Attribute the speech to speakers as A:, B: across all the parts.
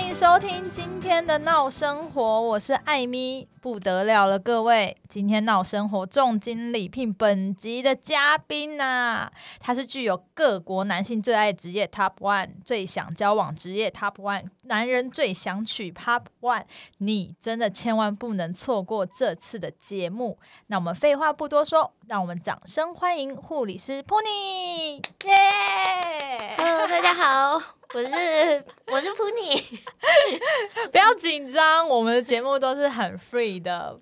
A: 迎收听今天的闹生活，我是艾咪，不得了了，各位！今天闹生活重金礼聘本集的嘉宾呐、他是具有各国男性最爱职业 Top One、最想交往职业 Top One、男人最想娶 Top One，你真的千万不能错过这次的节目。那我们废话不多说，让我们掌声欢迎护理师 Pony，耶！
B: Hello，大家好，我是我是 Puni。
A: 不要紧张，我们的节目都是很 free 的。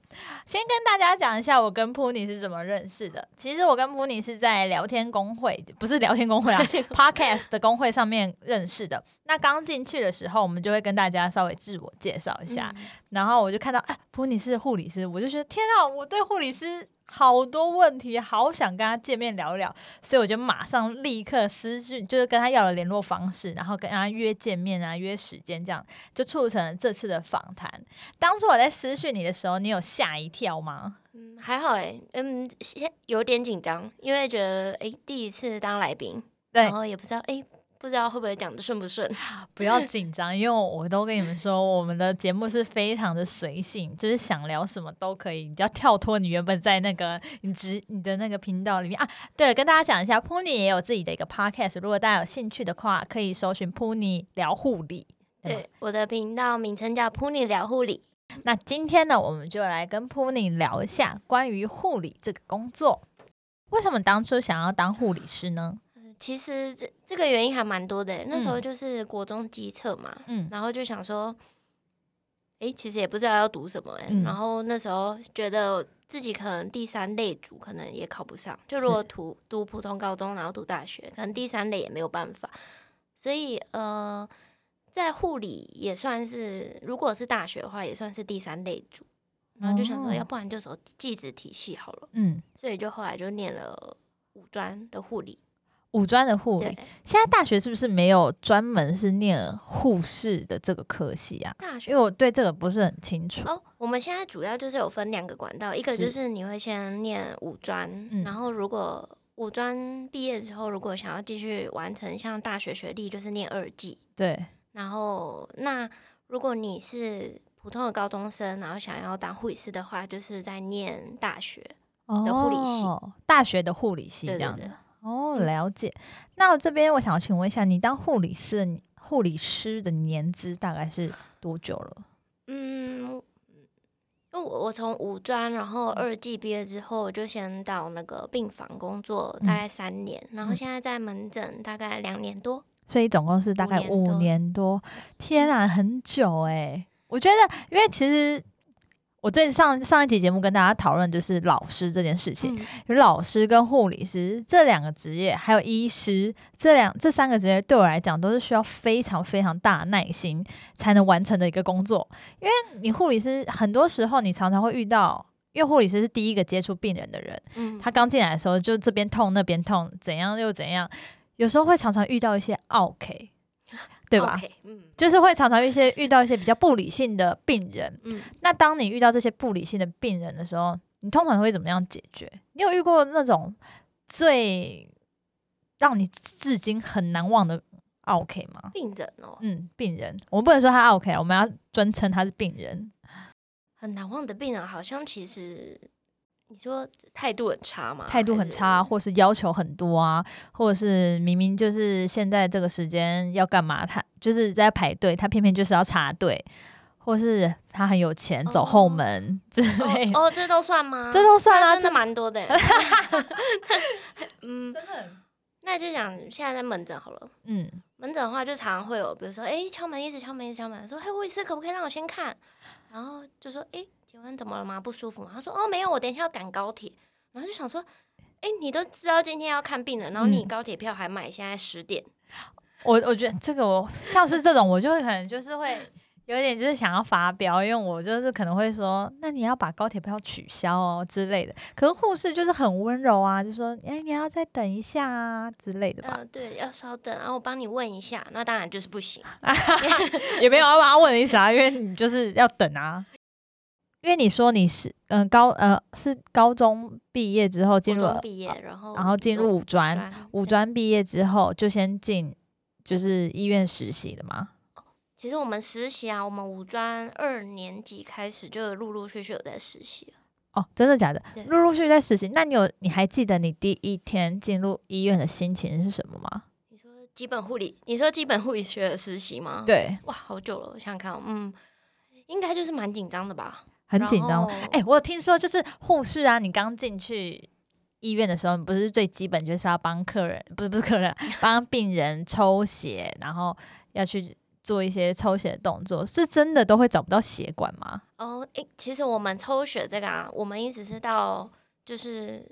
A: 先跟大家讲一下我跟 Puni 是怎么认识的。其实我跟 Puni 是在聊天工会，不是聊天工会啊，Podcast 的工会上面认识的。那刚进去的时候，我们就会跟大家稍微自我介绍一下。然后我就看到，哎，Puni 是护理师，我就觉得天啊，我对护理师。好多问题，好想跟他见面聊一聊，所以我就马上立刻私讯，就是跟他要了联络方式，然后跟他约见面啊，约时间这样。就促成了这次的访谈。当初我在私讯你的时候，你有吓一跳吗？
B: 嗯，还好哎、嗯，先有点紧张，因为觉得哎、第一次当来宾，
A: 对
B: 然后也不知道哎、不知道会不会讲的顺不顺。
A: 不要紧张，因为我都跟你们说，我们的节目是非常的随性，就是想聊什么都可以，比较跳脱你原本在那个你直你的那个频道里面啊。对了，跟大家讲一下，Pony 也有自己的一个 podcast，如果大家有兴趣的话，可以搜寻 Pony 聊护理。 对吗
B: 对，我的频道名称叫 Puni 聊护理。
A: 那今天呢，我们就来跟 Pony 聊一下关于护理这个工作，为什么当初想要当护理师呢？
B: 呃其实这这个原因还蛮多的欸、那时候
A: 嗯
B: 就是国中机测嘛，
A: 嗯
B: 然后就想说，哎、其实也不知道要读什么、欸，
A: 嗯
B: 然后那时候觉得自己可能第三类组可能也考不上，就是如果读读普通高中，然后读大学，可能第三类也没有办法，所以呃，在护理也算是，如果是大学的话，也算是第三类组，然后就想说，
A: 哦
B: 要不然就走技职体系好了，
A: 嗯，
B: 所以就后来就念了五专的护理，
A: 五专的护
B: 对
A: 理，。现在大学是不是没有专门是念护士的这个科系啊？
B: 大学
A: 因为我对这个不是很清楚。
B: 哦，我们现在主要就是有分两个管道，一个就是是你会先念五专，
A: 嗯
B: 然后如果五专毕业之后，如果想要继续完成像大学学历，就是念二技。
A: 对，
B: 然后那如果你是普通的高中生，然后想要当护理师的话，就是在念大学。
A: 的
B: 护理系
A: 哦大学的护理系
B: 对
A: 这
B: 对
A: 样子。
B: 对，
A: 哦，
B: 嗯
A: 了解。那我这边我想请问一下，你当护理师的年护理师的年资大概是多久了？
B: 嗯。因为我我从五专，然后二技毕业之后，我就先到那个病房工作
A: 嗯
B: 大概三年，然后
A: 嗯
B: 现在在门诊大概两年多。
A: 所以总共是大概
B: 五年
A: 五
B: 多
A: 年多。天啊，很久哎、我觉得，因为其实我最上上一集节目跟大家讨论就是老师这件事情，
B: 嗯
A: 有老师跟护理师这两个职业，还有医师这两这三个职业，对我来讲都是需要非常非常大的耐心才能完成的一个工作。因为你护理师很多时候你常常会遇到，因为护理师是第一个接触病人的人，
B: 嗯
A: 他刚进来的时候就这边痛那边痛，怎样又怎样，有时候会常常遇到一些 OK，对吧
B: OK，嗯
A: 就是会常常一些遇到一些比较不理性的病人，
B: 嗯，
A: 那当你遇到这些不理性的病人的时候，你通常会怎么样解决？你有遇过那种最让你至今很难忘的 OK 吗？
B: 病人哦，
A: 嗯，病人，我们不能说他 OK，我们要尊称他是病人。
B: 很难忘的病人，好像其实你说态度很差嘛，
A: 态度很差，
B: 还是
A: 或是要求很多啊，或者是明明就是现在这个时间要干嘛，他就是在排队，他偏偏就是要插队，或是他很有钱走后
B: 哦
A: 门 之类的，
B: 哦哦，这都算吗？
A: 这都算
B: 那
A: 啊，
B: 真
A: 这
B: 的蛮 多的 欸。嗯，那就讲现在在门诊好了。
A: 嗯。
B: 门诊的话，就常常会有，比如说，哎、敲门，一直敲门，一直敲门，说，嘿，护士可不可以让我先看？然后就说，哎、请问怎么了吗？不舒服吗？他说，哦，没有，我等一下要赶高铁。然后就想说，哎、你都知道今天要看病人，然后你
A: 嗯
B: 高铁票还买，现在十点，
A: 我我觉得这个我像是这种，我就会可能就是会有点就是想要发飙，因为我就是可能会说，那你要把高铁票取消哦之类的。可是护士就是很温柔啊，就说，哎、你要再等一下啊之类的吧，
B: 呃，对，要稍等，然后我帮你问一下，那当然就是不行。嗯
A: 也没有要把他问的意思啊，因为你就是要等啊。因为你说你是嗯、呃高呃是高中毕业之后 进入
B: 国中毕业，然后
A: 然后进入
B: 五
A: 五专，五专毕业之后就先进就是医院实习了吗？
B: 其实我们实习啊，我们五专二年级开始就陆陆续续有在实习了。
A: 哦，真的假的
B: 对？
A: 陆陆续续在实习，那你有你还记得你第一天进入医院的心情是什么吗？
B: 你说基本护理，你说基本护理学的实习吗？，
A: 对，
B: 哇，好久了，我想想看哦，嗯，应该就是蛮紧张的吧。
A: 很紧张。
B: 然后
A: 哎、我有听说就是护士啊，你刚进去医院的时候，你不是最基本就是要帮客人，不是不是客人 啊，帮病人抽血，然后要去做一些抽血的动作，是真的都会找不到血管吗？
B: 哦，诶，其实我们抽血这个啊，我们一直是到就是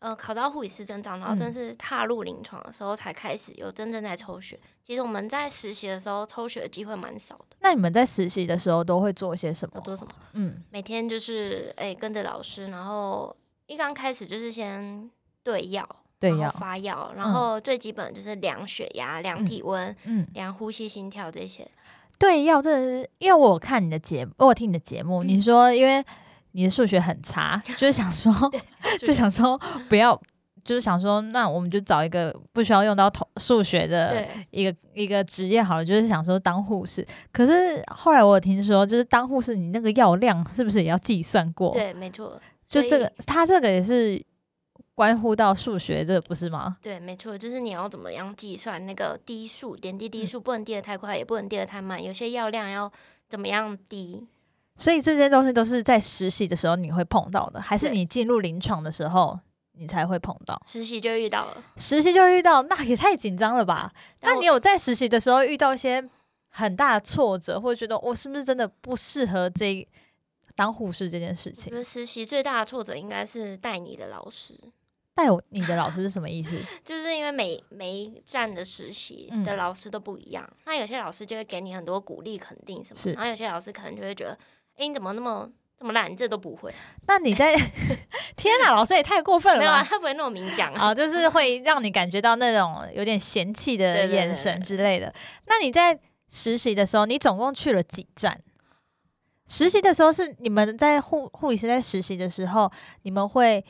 B: 呃考到护理师证照，然后真
A: 嗯
B: 是踏入临床的时候才开始有真正在抽血。其实我们在实习的时候抽血的机会蛮少的。
A: 那你们在实习的时候都会做一些什
B: 要
A: 么？
B: 做什么？
A: 嗯，
B: 每天就是诶跟着老师，然后一刚开始就是先对药，
A: 对
B: 然后
A: 呀，
B: 发药，
A: 嗯
B: 然后最基本就是量血压、量
A: 嗯
B: 体温、
A: 嗯，
B: 量呼吸、心跳这些。
A: 对，要真的是，因为我有看你的节目，我有听你的节目，你
B: 嗯
A: 说因为你的数学很差，就是想说，就想说不要，就是想说，那我们就找一个不需要用到统数学的
B: 对，
A: 一个一个职业好了，就是想说当护士。可是后来我有听说，就是当护士，你那个药量是不是也要计算过？，
B: 对，没错，
A: 就
B: 所
A: 这个
B: 以，
A: 它这个也是关乎到数学，这不是吗？
B: 对，没错，就是你要怎么样计算那个滴数，点滴
A: 嗯
B: 滴数不能滴得太快，也不能滴得太慢，有些药量要怎么样滴？
A: 所以这些东西都是在实习的时候你会碰到的，还是
B: 对
A: 你进入临床的时候你才会碰到？
B: 实习就遇到了。
A: 实习就遇到，那也太紧张了 吧？
B: 但
A: 那你
B: 我
A: 有在实习的时候遇到一些很大的挫折，或者觉得我是不是真的不适合这当护士这件事
B: 我觉
A: 情？
B: 得实习最大的挫折应该是带你的老师，
A: 带我你的老师是什么意思？
B: 就是因为每每一站的实习
A: 嗯
B: 的老师都不一样，那有些老师就会给你很多鼓励、肯定什
A: 是
B: 么，然后有些老师可能就会觉得，哎、你怎么那么这么烂，你这都不会？
A: 那你 在天哪，老师也太过分了
B: 没有啊，
A: 吧！
B: 他不会那么明 讲啊。
A: 啊，就是会让你感觉到那种有点嫌弃的
B: 对对对
A: 眼神之类的。那你在实习的时候，你总共去了几站？实习的时候是你们在护护理师在实习的时候，你们会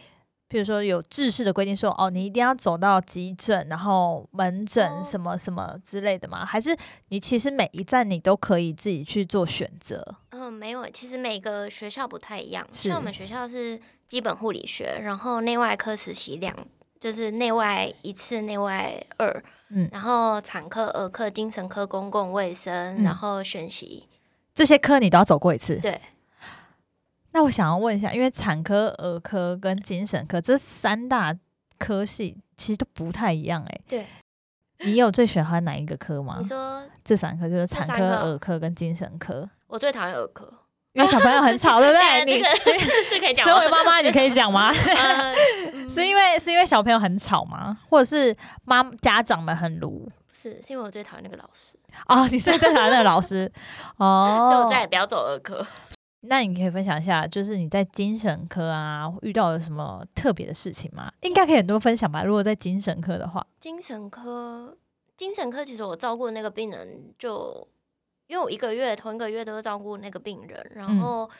A: 比如说有制式的规定说，哦，你一定要走到急诊，然后门
B: 哦
A: 诊什么什么之类的吗？还是你其实每一站你都可以自己去做选择？
B: 嗯，没有，其实每个学校不太一样，
A: 是
B: 像我们学校是基本护理学，然后内外科实习两，就是内外一次，内外二，
A: 嗯，
B: 然后产科、儿科、精神科、公共卫
A: 嗯
B: 生，然后选习，
A: 这些科你都要走过一次。
B: 对。
A: 那我想要问一下，因为产科、儿科跟精神科这三大科系其实都不太一样哎、
B: 对。
A: 你有最喜欢哪一个科吗
B: 你？说
A: 这三科就是
B: 这
A: 产
B: 三
A: 科、
B: 个
A: 儿科跟精神 科，
B: 我最讨厌儿科，
A: 因为小朋友很吵，对不对？
B: 对
A: 你
B: 啊这个这可以讲
A: 身为
B: 吗？
A: 妈妈，你可以讲 吗？
B: 呃嗯
A: 是因为是因为小朋友很吵吗？或者是妈家长们很鲁
B: 不是，是因为我最讨厌那个老师，
A: 哦？你是正常的老师哦，
B: 所以我再也不要走儿科。
A: 那你可以分享一下，就是你在精神科啊遇到了什么特别的事情吗？应该可以很多分享吧。如果在精神科的话，
B: 精神科，精神科其实我照顾那个病人就，因为我一个月同一个月都会照顾那个病人，然
A: 嗯
B: 后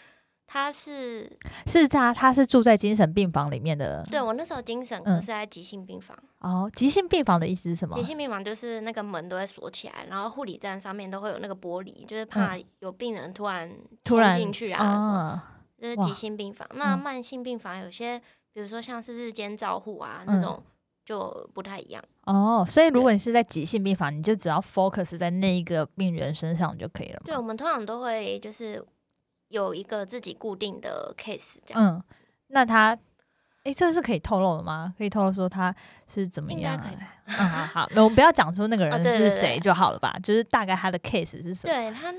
B: 他是、
A: 是他他是住在精神病房里面的
B: 对我那时候精神科
A: 嗯
B: 是在急性病房，
A: 哦。急性病房的意思是什么
B: 急？性病房就是那个门都会锁起来，然后护理站上面都会有那个玻璃，就是怕
A: 嗯
B: 有病人突然
A: 突然
B: 冲进去啊什么，这是急
A: 哇
B: 性病房。那
A: 嗯
B: 慢性病房有些，比如说像是日间照护啊
A: 嗯
B: 那种。就不太一样，
A: 哦，所以如果你是在急性病房，你就只要 focus 在那一个病人身上就可以了嘛。
B: 对我们通常都会就是有一个自己固定的 case 这样。
A: 嗯，那他，诶，这是可以透露的吗？可以透露说他是怎么
B: 应
A: 样
B: 该
A: 啊？
B: 可以
A: 嗯，好好，那我们不要讲出那个
B: 哦
A: 人
B: 对
A: 是
B: 对对
A: 谁就好了吧？就是大概他的 case 是什么？
B: 对他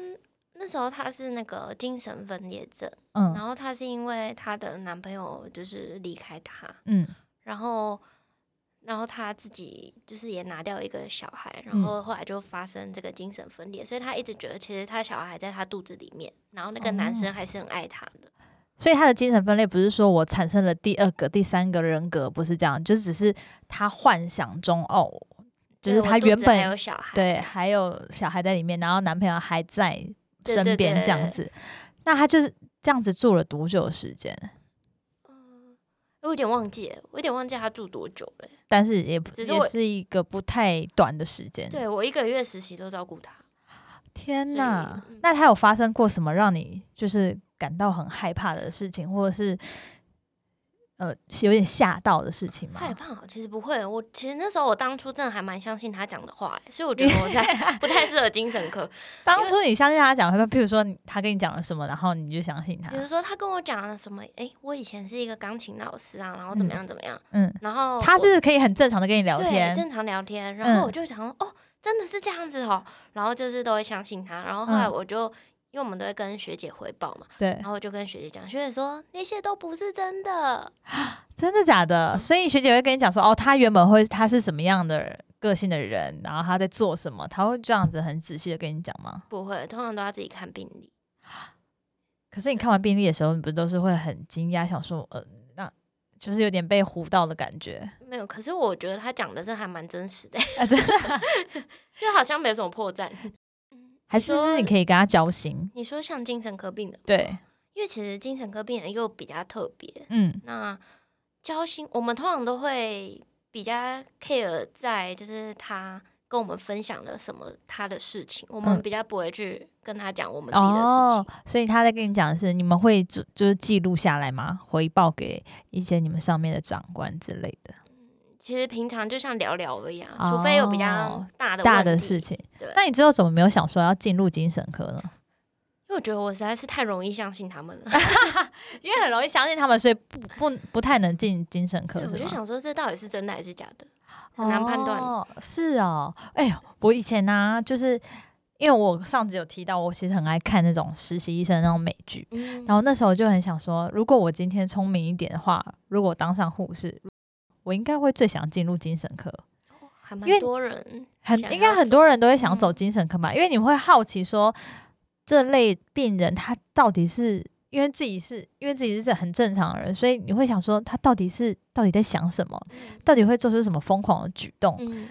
B: 那时候他是那个精神分裂症，
A: 嗯
B: 然后他是因为她的男朋友就是离开她，
A: 嗯
B: 然后然后她自己就是也拿掉一个小孩，
A: 嗯
B: 然后后来就发生这个精神分裂，所以她一直觉得其实她小孩还在她肚子里面，然后那个男
A: 哦
B: 生还是很爱她的。
A: 所以他的精神分裂不是说我产生了第二个、第三个人格，不是这样，就只是他幻想中哦，就是
B: 我
A: 他
B: 肚子
A: 原
B: 还
A: 本
B: 有小孩，
A: 对还有小孩在里面，然后男朋友还在
B: 对
A: 身
B: 对
A: 边
B: 对
A: 这样子。那他就是这样子住了多久的时间？
B: 呃我有点忘记了，我有点忘记她住多久了。
A: 但是也不
B: 只是
A: 也
B: 我
A: 是一个不太短的时间。
B: 对我一个月实习都照顾她，
A: 天
B: 所以
A: 哪
B: 嗯！
A: 那他有发生过什么让你就是感到很害怕的事情，或者是呃有点吓到的事情吗？
B: 害怕其实不会，我其实那时候我当初真的还蛮相信他讲的话，欸所以我觉得我 在不太适合精神科。
A: 当初你相信他讲的话，譬如说你他跟你讲了什么，然后你就相信他
B: 比，如说他跟我讲了什么，诶，我以前是一个钢琴老师啊，然后怎么样怎么样，
A: 嗯，
B: 然后
A: 他
B: 哦我
A: 是可以很正常的跟你聊
B: 对
A: 天，
B: 正常聊天，然
A: 嗯
B: 后我就想说、哦，真的是这样子哦，然后就是都会相信他，然后后来
A: 嗯
B: 我就。因为我们都会跟学姐汇报嘛，
A: 对
B: 然，后我就跟学姐讲，学姐说那些都不是真的，
A: 真的假的？所以学姐会跟你讲说，哦，他原本会他是什么样的个性的人，然后他在做什么，他会这样子很仔细的跟你讲吗？
B: 不会，通常都要自己看病历。
A: 可是你看完病历的时候，你不都是会很惊讶，想说，呃，那就是有点被唬到的感觉，
B: 没有，可是我觉得他讲的这还蛮真实的，
A: 啊、真的啊
B: 就好像没什么破 绽。
A: 还是就是你可以跟他交心？
B: 嗯你说像精神科病人，
A: 对，
B: 因为其实精神科病人又比较特别。
A: 嗯，
B: 那交心，我们通常都会比较 care 在就是他跟我们分享了什么他的事情，我们
A: 嗯
B: 比较不会去跟他讲我们自己的事
A: 哦
B: 情。，
A: 所以他在跟你讲的是，你们会就就是记录下来吗？回报给一些你们上面的长官之类的
B: 其实平常就像聊聊而已啊，
A: 哦
B: 除非有比较大的
A: 大
B: 问
A: 的
B: 题
A: 事，情。
B: 对。
A: 那你之后怎么没有想说要进入精神科呢？
B: 因为我觉得我实在是太容易相信他们了，
A: 因为很容易相信他们，所以不不不太能进精神科
B: 对，我
A: 是
B: 就
A: 吗？
B: 想说这到底是真的还是假的，很难判断。
A: 哦。是哦，哎呦，我以前呢、就是因为我上次有提到，我其实很爱看那种实习医生那种美剧，
B: 嗯
A: 然后那时候就很想说，如果我今天聪明一点的话，如果我当上护士，我应该会最想进入精神科。
B: 还
A: 因为
B: 蛮多人
A: 很
B: 想
A: 应
B: 要
A: 该很多人都会想
B: 嗯
A: 走精神科吧，因为你会好奇说这类病人他到底是因为自己是因为自己是很正常的人，所以你会想说他到底是到底在想什么，到底会做出什么疯狂的举动？
B: 嗯，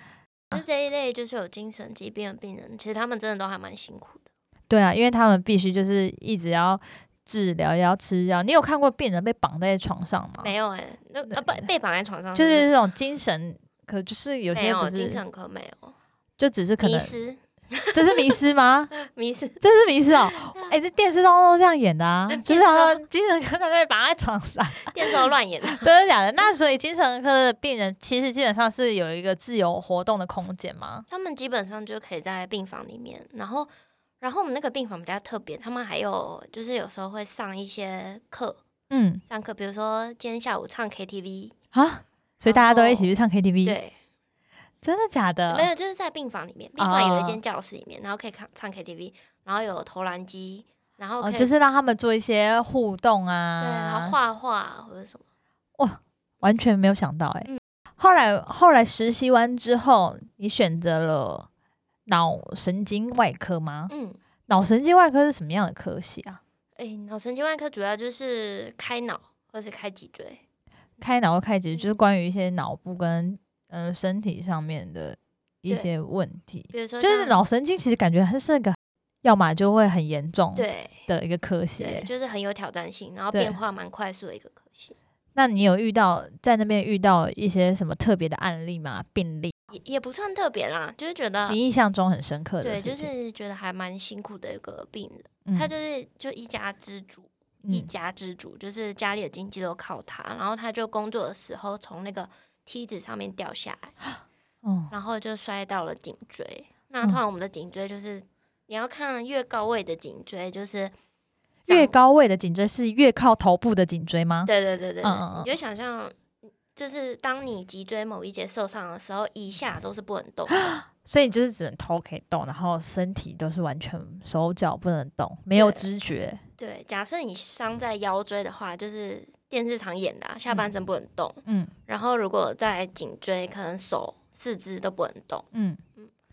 B: 那这一类就是有精神疾病的病人，其实他们真的都还蛮辛苦的。
A: 对啊，因为他们必须就是一直要治疗，也要吃药。你有看过病人被绑在床上吗？
B: 没有哎、那
A: 啊对
B: 呃被被绑在床上
A: 就是是这种精神。可就是有
B: 不是没
A: 些不
B: 有精
A: 是，
B: 神科没有
A: 就只是可
B: 迷
A: 能
B: 失
A: 这是迷失吗？
B: 迷失，
A: 这是 迷失哦！哎、这电视当中都这样演的啊，就是他
B: 电视
A: 们精神科他啊就会绑在床上，
B: 电视都 乱演的。
A: 真的假的？ 那所以精神科的病人其实基本上是有一个自由活动的空间吗？
B: 他们基本上就可以在病房里面，然后然后我们那个病房比较特别，他们还有就是有时候会上一些课，
A: 嗯
B: 上课比如说今天下午唱 KTV，
A: 啊，所以大家都会一起去唱 KTV，
B: 对，
A: 真的假
B: 没
A: 的？
B: 有就是在病房里面，病房有一
A: 哦
B: 间教室里面，然后可以唱唱 KTV，然后有投篮机，然后可
A: 哦，
B: 以
A: 就是让他们做一些互动
B: 对，然后
A: 啊，
B: 画画或者什么，
A: 完全没有想到哎、
B: 嗯
A: 后来后来实习完之后，你选择了脑神经外科吗？
B: 嗯，
A: 脑神经外科是什么样的科系啊？
B: 哎、脑神经外科主要就是开脑或者开脊椎，
A: 开脑开始就是
B: 嗯
A: 关于一些脑部跟嗯、呃身体上面的一
B: 对
A: 些问题，
B: 比如说
A: 就是
B: 像
A: 脑神经其实感觉它是个，要么就会很严重
B: 对
A: 的一个科系
B: 对，
A: 欸。
B: 就是很有挑战性，然后
A: 对
B: 变化蛮快速的一个科系，
A: 那你有遇到在那边遇到一些什么特别的案例吗？病例
B: 也也不算特别啦，就是觉得
A: 你印象中很深刻的
B: 啊对，
A: 事情？
B: 就是觉得还蛮辛苦的一个病人，
A: 嗯
B: 他就是就一家之主，一
A: 嗯
B: 家之主，就是家里的经济都靠他，然后他就工作的时候从那个梯子上面掉下来，
A: 哦
B: 然后就摔到了颈椎。那
A: 嗯
B: 通常我们的颈椎就是你要看越高位的颈椎，就是
A: 越
B: 长，
A: 高位的颈椎是越靠头部的颈椎吗？
B: 对对对对，
A: 嗯嗯嗯
B: 对你就想象。就是当你脊椎某一节受伤的时候，以下都是不能动的，
A: 所以你就是只能头可以动，然后身体都是完全手脚不能动，没有
B: 对
A: 知觉。
B: 对，假设你伤在腰椎的话，就是电视常演的、啊，下半身不能动。
A: 嗯
B: 然后如果在颈椎，可能手、四肢都不能动。
A: 嗯，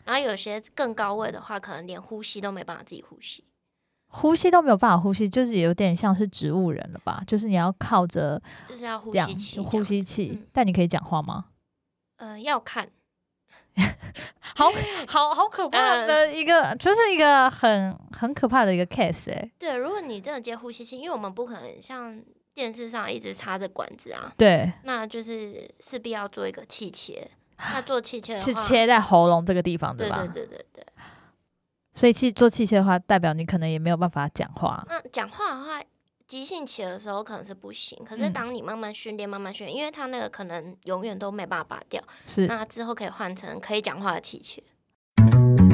B: 然后有些更高位的话，可能连呼吸都没办法自己呼吸。
A: 呼吸都没有办法呼吸，就是有点像是植物人了吧？就是你要靠着
B: 就是要呼
A: 这样
B: 吸器，
A: 呼。吸器，
B: 嗯
A: 但你可以讲话 吗？
B: 呃，要看，
A: 好好好可
B: 嗯
A: 怕的一个，就是一个很很可怕的一个 case 哎、
B: 对，如果你真的接呼吸器，因为我们不可能像电视上一直插着管子啊，
A: 对，
B: 那就是势必要做一个
A: 啊
B: 气切。那做气切的话，
A: 是切在喉咙这个地方
B: 对
A: 吧？
B: 对对对对，
A: 所以气做器械的话，代表你可能也没有办法讲话。
B: 那讲话的话，即兴起的时候可能是不行，可是
A: 嗯
B: 当你慢慢训练、慢慢训练，因为它那个可能永远都没办法拔掉，
A: 是，
B: 那之后可以换成可以讲话的器械。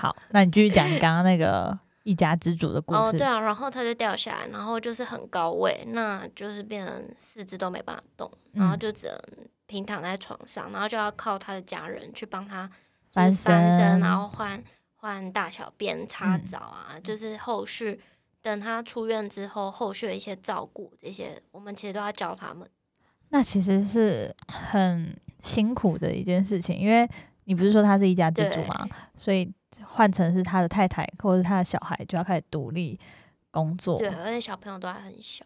A: 好，那你继续讲你刚刚那个一家之主的故
B: 哦，
A: 事。
B: 对啊，然后它就掉下来，然后就是很高位，那就是变成四肢都没办法动，然后
A: 嗯
B: 就只能平躺在床上，然后就要靠他的家人去帮他
A: 翻
B: 身，翻
A: 身
B: 然后换换大小便、擦
A: 嗯
B: 澡啊，就是后续等他出院之后，后续的一些照顾这些，我们其实都要教他们。
A: 那其实是很辛苦的一件事情，因为你不是说他是一家之主
B: 对
A: 嘛，所以换成是他的太太或者是他的小孩就要开始独立工作
B: 对，。而且小朋友都还很小。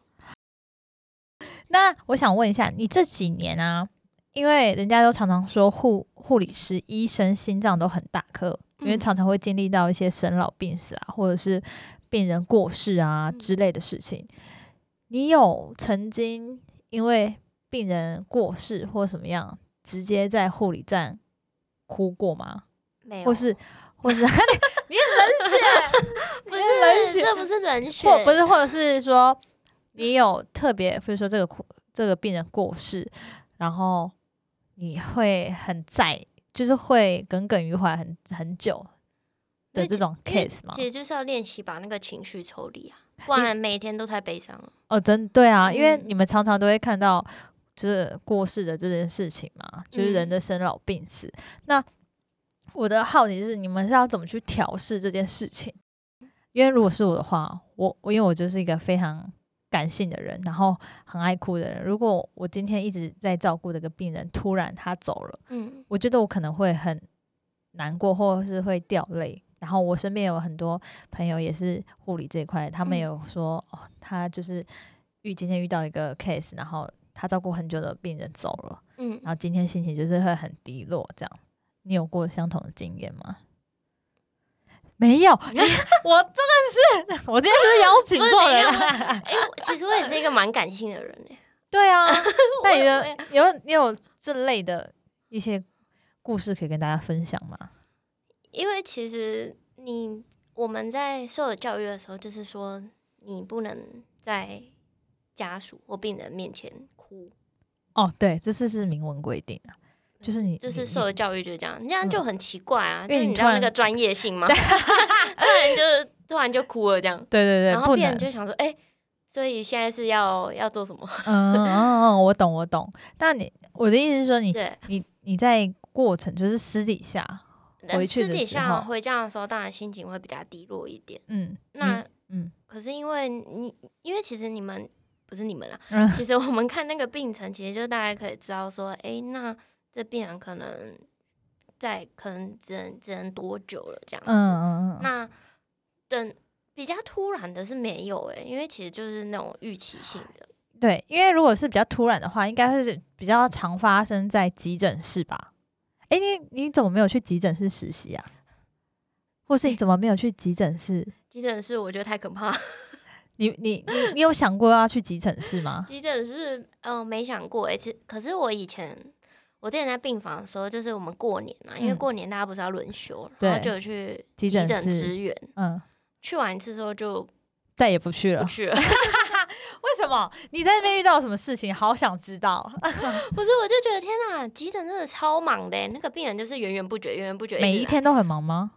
A: 那我想问一下，你这几年啊，因为人家都常常说护护理师、医生心脏都很大颗，因为
B: 嗯
A: 常常会经历到一些生老病死啊，或者是病人过世啊
B: 嗯
A: 之类的事情。你有曾经因为病人过世或什么样，直接在护理站哭过吗？
B: 没有，啊
A: 或是或是 你很冷 血，啊
B: 不
A: 你很冷
B: 是
A: 血
B: 这不是冷血，
A: 或不是，或者是说你有特别，比如说这个哭这个病人过世，然后你会很在，就是会耿耿于怀很很久的
B: 对
A: 这种
B: 因为
A: case 吗？
B: 其实就是要练习把那个情绪抽 离啊，不然每天都太悲伤了。
A: 哦，真对啊，因为
B: 嗯
A: 你们常常都会看到就是过世的这件事情嘛，就是人
B: 嗯
A: 的生老病死。那我的好奇是，你们是要怎么去调试这件事情？因为如果是我的话，我我因为我就是一个非常感性的人，然后很爱哭的人。如果我今天一直在照顾这个病人，突然他走了，
B: 嗯，
A: 我觉得我可能会很难过，或者是会掉泪。然后我身边有很多朋友也是护理这一块，他们
B: 嗯
A: 有说、哦，他就是遇今天遇到一个 case，然后他照顾很久的病人走了，
B: 嗯
A: 然后今天心情就是会很低落。这样，你有过相同的经验吗？没 有，你我真的是，我今天是不是邀请错人
B: 不是等
A: 了？
B: 哎、我其实我也是一个蛮感性的人哎、
A: 对啊，那你
B: 我
A: 的有你有这类的一些故事可以跟大家分享吗？
B: 因为其实你我们在受的教育的时候，就是说你不能在家属或病人面前哭，
A: 哦，对，这是是明文规定啊，就是你
B: 就是
A: 你
B: 受的教育就是这样，这样就很奇怪啊，
A: 因
B: 就
A: 为
B: 是
A: 你
B: 你知
A: 突
B: 道那
A: 然
B: 个专业性 吗？突然就是突然就哭了这样，
A: 对对
B: 然
A: 对，
B: 后
A: 不
B: 病
A: 能
B: 人，就想说，哎、所以现在是要要做什么？
A: 嗯嗯嗯，我懂我懂。那你我的意思是说你，
B: 对，
A: 你你在过程就是私底下，
B: 但
A: 回去
B: 私
A: 的
B: 底
A: 时
B: 下
A: 候
B: 回家的时候，当然心情会比较低落一点。
A: 嗯，
B: 那
A: 你嗯
B: 可是因为你，因为其实你们不是你们啦，
A: 嗯
B: 其实我们看那个病程，其实就大概可以知道说，诶，那这病人可能在可能只能只能多久了这样子。
A: 嗯嗯嗯，
B: 那等比较突然的是没有诶，因为其实就是那种预期性的。
A: 对，因为如果是比较突然的话，应该会是比较常发生在急诊室吧？诶，你你怎么没有去急诊室实习啊？或是你怎么没有去急诊室？
B: 急诊室我觉得太可怕，
A: 你你你你有想过要去急诊室 吗？
B: 急诊室嗯、呃没想过诶，其实可是我以前。我之前在病房的时候，就是我们过年啊嘛，因为
A: 嗯
B: 过年大家不是要轮休，
A: 对
B: 然后就有去
A: 急
B: 急
A: 诊
B: 诊
A: 室
B: 支援。
A: 嗯，
B: 去完一次之后就
A: 再也不去
B: 不
A: 了。
B: 去了，
A: 为什么？你在那边遇到什么事情？好想知 道。
B: 不是，我就觉得天哪，急诊真的超忙的欸，那个病人就是源源不绝，源源不绝，
A: 每
B: 直
A: 一
B: 来，
A: 天都很忙吗？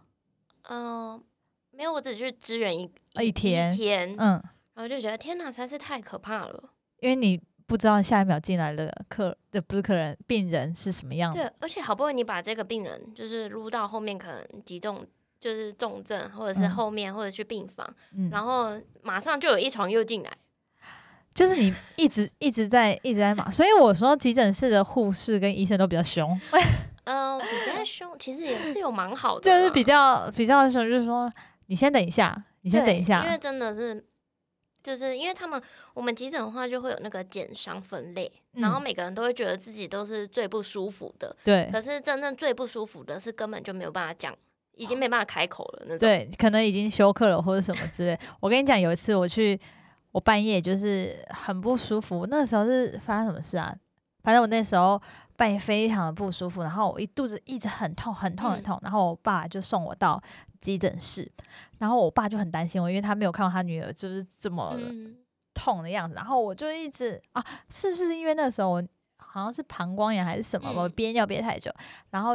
B: 嗯、没有，我只去支援一
A: 啊一天
B: 一天，
A: 嗯，
B: 然后就觉得天哪，实在是太可怕了。
A: 因为你不知道下一秒进来的客，这不是客人，病人是什么样的。
B: 对，而且好不容易你把这个病人就是撸到后面，可能急重就是重症，或者是
A: 嗯
B: 后面、或者去病房，
A: 嗯，
B: 然后马上就有一床又进来，
A: 就是你一直 一直在一直在忙，所以我说急诊室的护士跟医生都比较凶，
B: 嗯、比较凶，其实也是有蛮好 的
A: 就
B: 啦，
A: 是比较比较凶，就是说你先等一下，你先
B: 对
A: 等一
B: 因为
A: 下，啊
B: 真的是，就是因为他们我们急诊的话就会有那个减伤分类，然后
A: 嗯
B: 每个人都会觉得自己都是最不舒服的，
A: 对
B: 可是真正最不舒服的是根本就没有办法讲，已经没办法开口了那种。
A: 哦对，可能已经休克了或者什么之类。我跟你讲，有一次我去，我半夜就是很不舒服，那时候是发生什么事啊？反正我那时候半夜非常的不舒服，然后我一肚子一直很痛很痛
B: 嗯
A: 很痛，然后我爸就送我到急诊室，然后我爸就很担心我，因为他没有看到他女儿就是这么
B: 嗯，
A: 痛的样子，然后我就一直啊，是不是因为那时候我好像是膀胱炎还是什么，
B: 嗯
A: 我憋尿憋太久，然后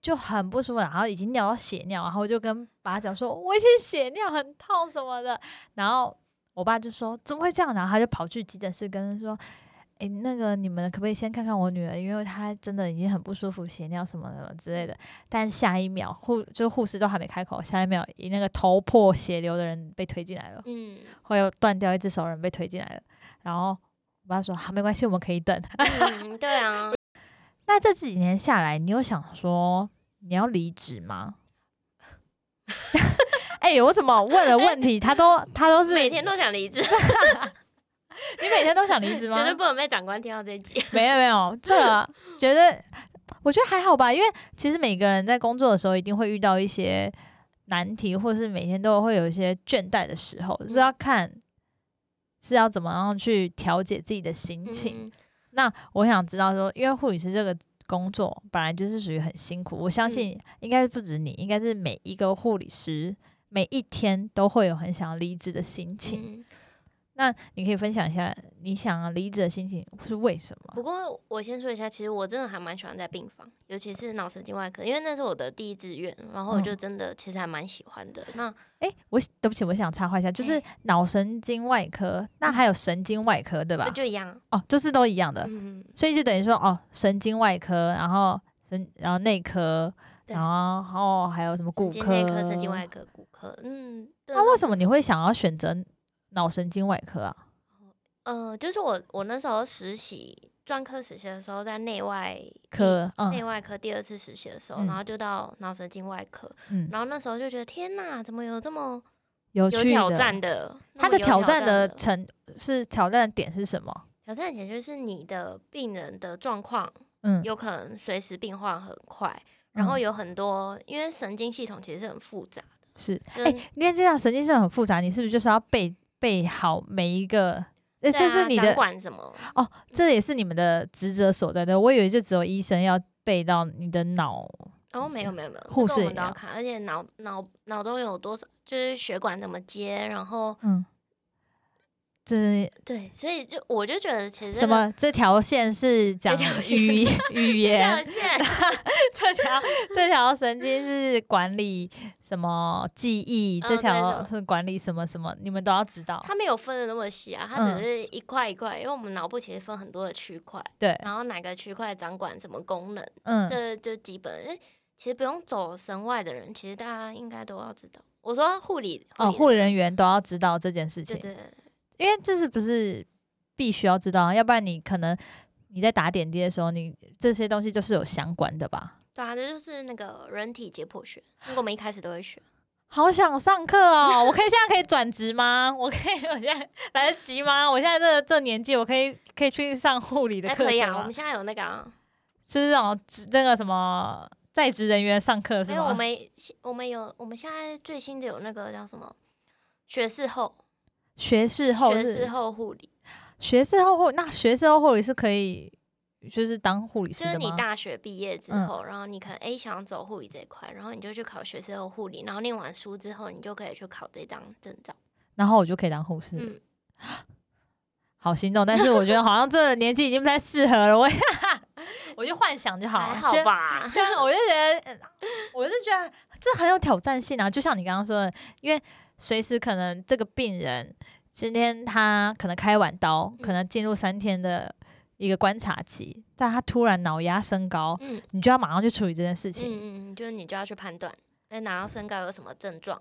A: 就很不舒服，然后已经尿到血尿，然后我就跟爸讲说我已经血尿很痛什么的，然后我爸就说怎么会这样，然后他就跑去急诊室跟他说。诶，那个你们可不可以先看看我女儿？因为她真的已经很不舒服，血尿什么什么之类的。但下一秒护就护士都还没开口，下一秒以那个头破血流的人被推进来了。
B: 嗯，
A: 会有断掉一只手人被推进来了。然后我爸说：“好、没关系，我们可以等。
B: 嗯对啊，”
A: 那这几年下来，你有想说你要离职吗？ 哎、我怎么问了问题，他都他都是
B: 每天都想离职，
A: 你每天都想离职吗
B: 绝？对不能被长官听到这一集。
A: 没有没有，这个觉得我觉得还好吧，因为其实每个人在工作的时候一定会遇到一些难题，或是每天都会有一些倦怠的时候，
B: 嗯
A: 就是要看是要怎么样去调节自己的心情。
B: 嗯
A: 那我想知道说，因为护理师这个工作本来就是属于很辛苦，我
B: 嗯
A: 相信应该不止你，应该是每一个护理师每一天都会有很想要离职的心情。
B: 嗯
A: 那你可以分享一下你想要离职的心情是为什么？
B: 不过我先说一下，其实我真的还蛮喜欢在病房，尤其是脑神经外科，因为那是我的第一志愿，然后我就
A: 嗯
B: 真的其实还蛮喜欢的。那
A: 诶，我对不起，我想插话一下，就是
B: 哎
A: 脑神经外科，那还有神经外科对吧？
B: 嗯呃就一样，啊
A: 哦，就是都一样的，
B: 嗯，
A: 所以就等于说哦，神经外科，然后神，然后内科，
B: 对
A: 然后还有什么骨
B: 神
A: 科啊
B: 经、内科、神经外科、骨科，嗯，对。
A: 那、为什么你会想要选择脑神经外科啊？
B: 呃，就是我我那时候实习专科实习的时候，在内外
A: 科，
B: 内
A: 嗯
B: 外科第二次实习的时候，
A: 嗯
B: 然后就到脑神经外科，
A: 嗯，
B: 然后那时候就觉得天呐，怎么有这么
A: 有
B: 有
A: 趣
B: 挑
A: 的。
B: 战的？那
A: 它
B: 么
A: 的
B: 有
A: 挑战的
B: 的
A: 成是挑战的点是什么？
B: 挑战点就是你的病人的状况
A: 嗯，
B: 有可能随时变化很快，然后
A: 嗯
B: 有很多因为神经系统其实是很复杂的，
A: 是哎、
B: 跟
A: 你看这样神经系统很复杂，你是不是就是要背背好每一个？哎、
B: 对
A: 这
B: 啊
A: 是你
B: 掌
A: 的，哦
B: 管什么？
A: 这也是你们的职责所在的。我以为就只有医生要背到你的脑，
B: 哦，没有没有没有，
A: 护士
B: 这个我
A: 也
B: 们都
A: 要
B: 要看，而且脑脑脑中有多少就是血管怎么接，然后
A: 嗯，这
B: 对，所以就我就觉得其实这
A: 什
B: 个
A: 么这条线是讲
B: 条线
A: 语语言
B: 热，线
A: 这条这条神经是管理什么记忆，
B: 嗯
A: 这
B: 对
A: 条
B: 什
A: 是管理什么什么，你们都要知道。
B: 它没有分的那么细啊，它
A: 嗯
B: 只是一块一块，因为我们脑部其实分很多的区块，
A: 对，
B: 然后哪个区块掌管什么功能，
A: 嗯，
B: 这就基本。因为其实不用走神外的人，其实大家应该都要知道。我说护理
A: 哦，护
B: 理
A: 理人员都要知道这件事
B: 的
A: 情
B: 对，对对
A: 因为这是不是必须要知道啊？要不然你可能你在打点滴的时候，你这些东西就是有相关的吧？
B: 对啊，这就是那个人体解剖学，那个我们一开始都会学。
A: 好想上课哦！我可以现在可以转职吗？我可以，我现在来得及吗？我现在这这年纪，我可以可以去上护理的
B: 那
A: 课
B: 可以
A: 程
B: 啊，我
A: 吗
B: 们？现在有那个啊，
A: 就是那种职那个什么在职人员上课是
B: 因为我
A: 吗？
B: 们我们有我们现在最新的有那个叫什么学士后
A: 学士后
B: 学
A: 是
B: 士后护理，
A: 学士后护那学士后护理是可以就是当护理师
B: 就是
A: 的
B: 你
A: 吗？
B: 大学毕业之
A: 嗯
B: 后，然后你可能 A 想走护理这一块，然后你就去考学士后护理，然后念完书之后，你就可以去考这张证照。
A: 然后我就可以当护士，
B: 嗯，
A: 好心动。但是我觉得好像这个年纪已经不太适合了，我 我就幻想就好了。
B: 还好吧？
A: 虽然？虽然我就觉得，呃我就觉得这很有挑战性啊。就像你刚刚说的，因为随时可能这个病人今天他可能开完刀，
B: 嗯
A: 可能进入三天的一个观察期，但他突然脑压升高，
B: 嗯
A: 你就要马上去处理这件事
B: 嗯
A: 情。
B: 嗯，嗯就是你就要去判断，哎，拿到身高有什么症状，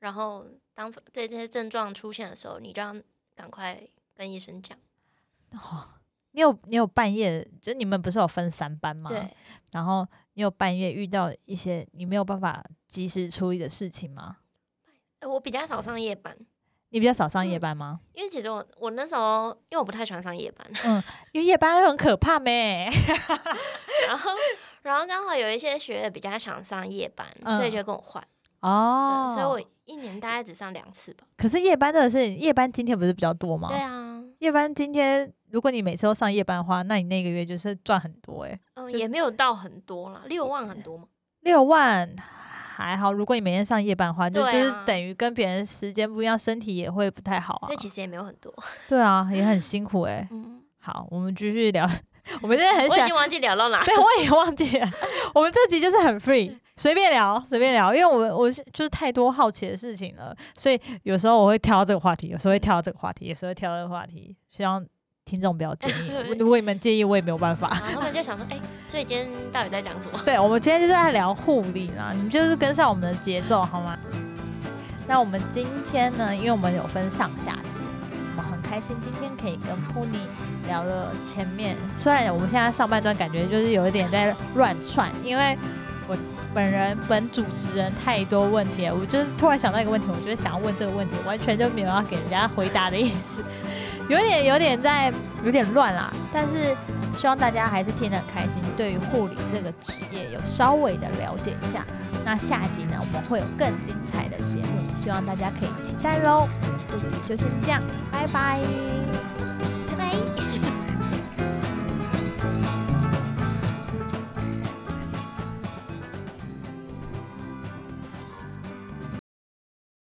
B: 然后当这些症状出现的时候，你就要赶快跟医生讲。
A: 哦， 你有你有半夜，就你们不是有分三班吗？
B: 对。，
A: 然后你有半夜遇到一些你没有办法及时处理的事情吗？
B: 哎我比较少上夜班，
A: 你比较少
B: 嗯
A: 上夜班吗？
B: 因为其实我我那时候因为我不太喜欢上夜班，
A: 因为夜班很可怕咩。
B: 然后然后刚好有一些学员比较想上夜班，所以就跟我换。
A: 哦
B: 对，所以我一年大概只上两次吧。
A: 哦可是夜班真的是夜班今天不是比较多吗？
B: 对啊，
A: 夜班今天如果你每次都上夜班的话，那你那个月就是赚很多哎、
B: 嗯、
A: 就是
B: 也没有到很多啦，六万很多吗？
A: 六万还好，如果你每天上夜班的话，就、
B: 对啊
A: 就是等于跟别人时间不一样，身体也会不太好啊
B: 所以。其实也没有很多。
A: 对啊，也很辛苦哎、
B: 嗯，
A: 好，我们继续聊， 我们真的很
B: 我
A: 喜
B: 已
A: 欢
B: 经。忘记聊到 哪。
A: 对，我也忘记了。我们这集就是很 free，随便聊，随便聊，因为我们我是就是太多好奇的事情了，所以有时候我会挑到这个话题，有时候会挑到这个话题，有时候会挑到这个话题，希望听众不要介意。 我如果你们介意，我也没有办法。
B: 然后他们就想说，哎、所以今天到底在讲什么？
A: 对，我们今天就是在聊护理啦，你们就是跟上我们的节奏好吗？那我们今天呢，因为我们有分上下集，我很开心今天可以跟普尼聊了前面，虽然我们现在上半段感觉就是有一点在乱窜，因为我本人本主持人太多问题了，我就是突然想到一个问题，我就是想要问这个问题，完全就没有要给人家回答的意思，有点有点在有点乱啦，但是希望大家还是听得很开心，对于护理这个职业有稍微的了解一下。那下集呢，我们会有更精彩的节目，希望大家可以期待喽。我们这集就先这样，拜拜。
B: 拜拜。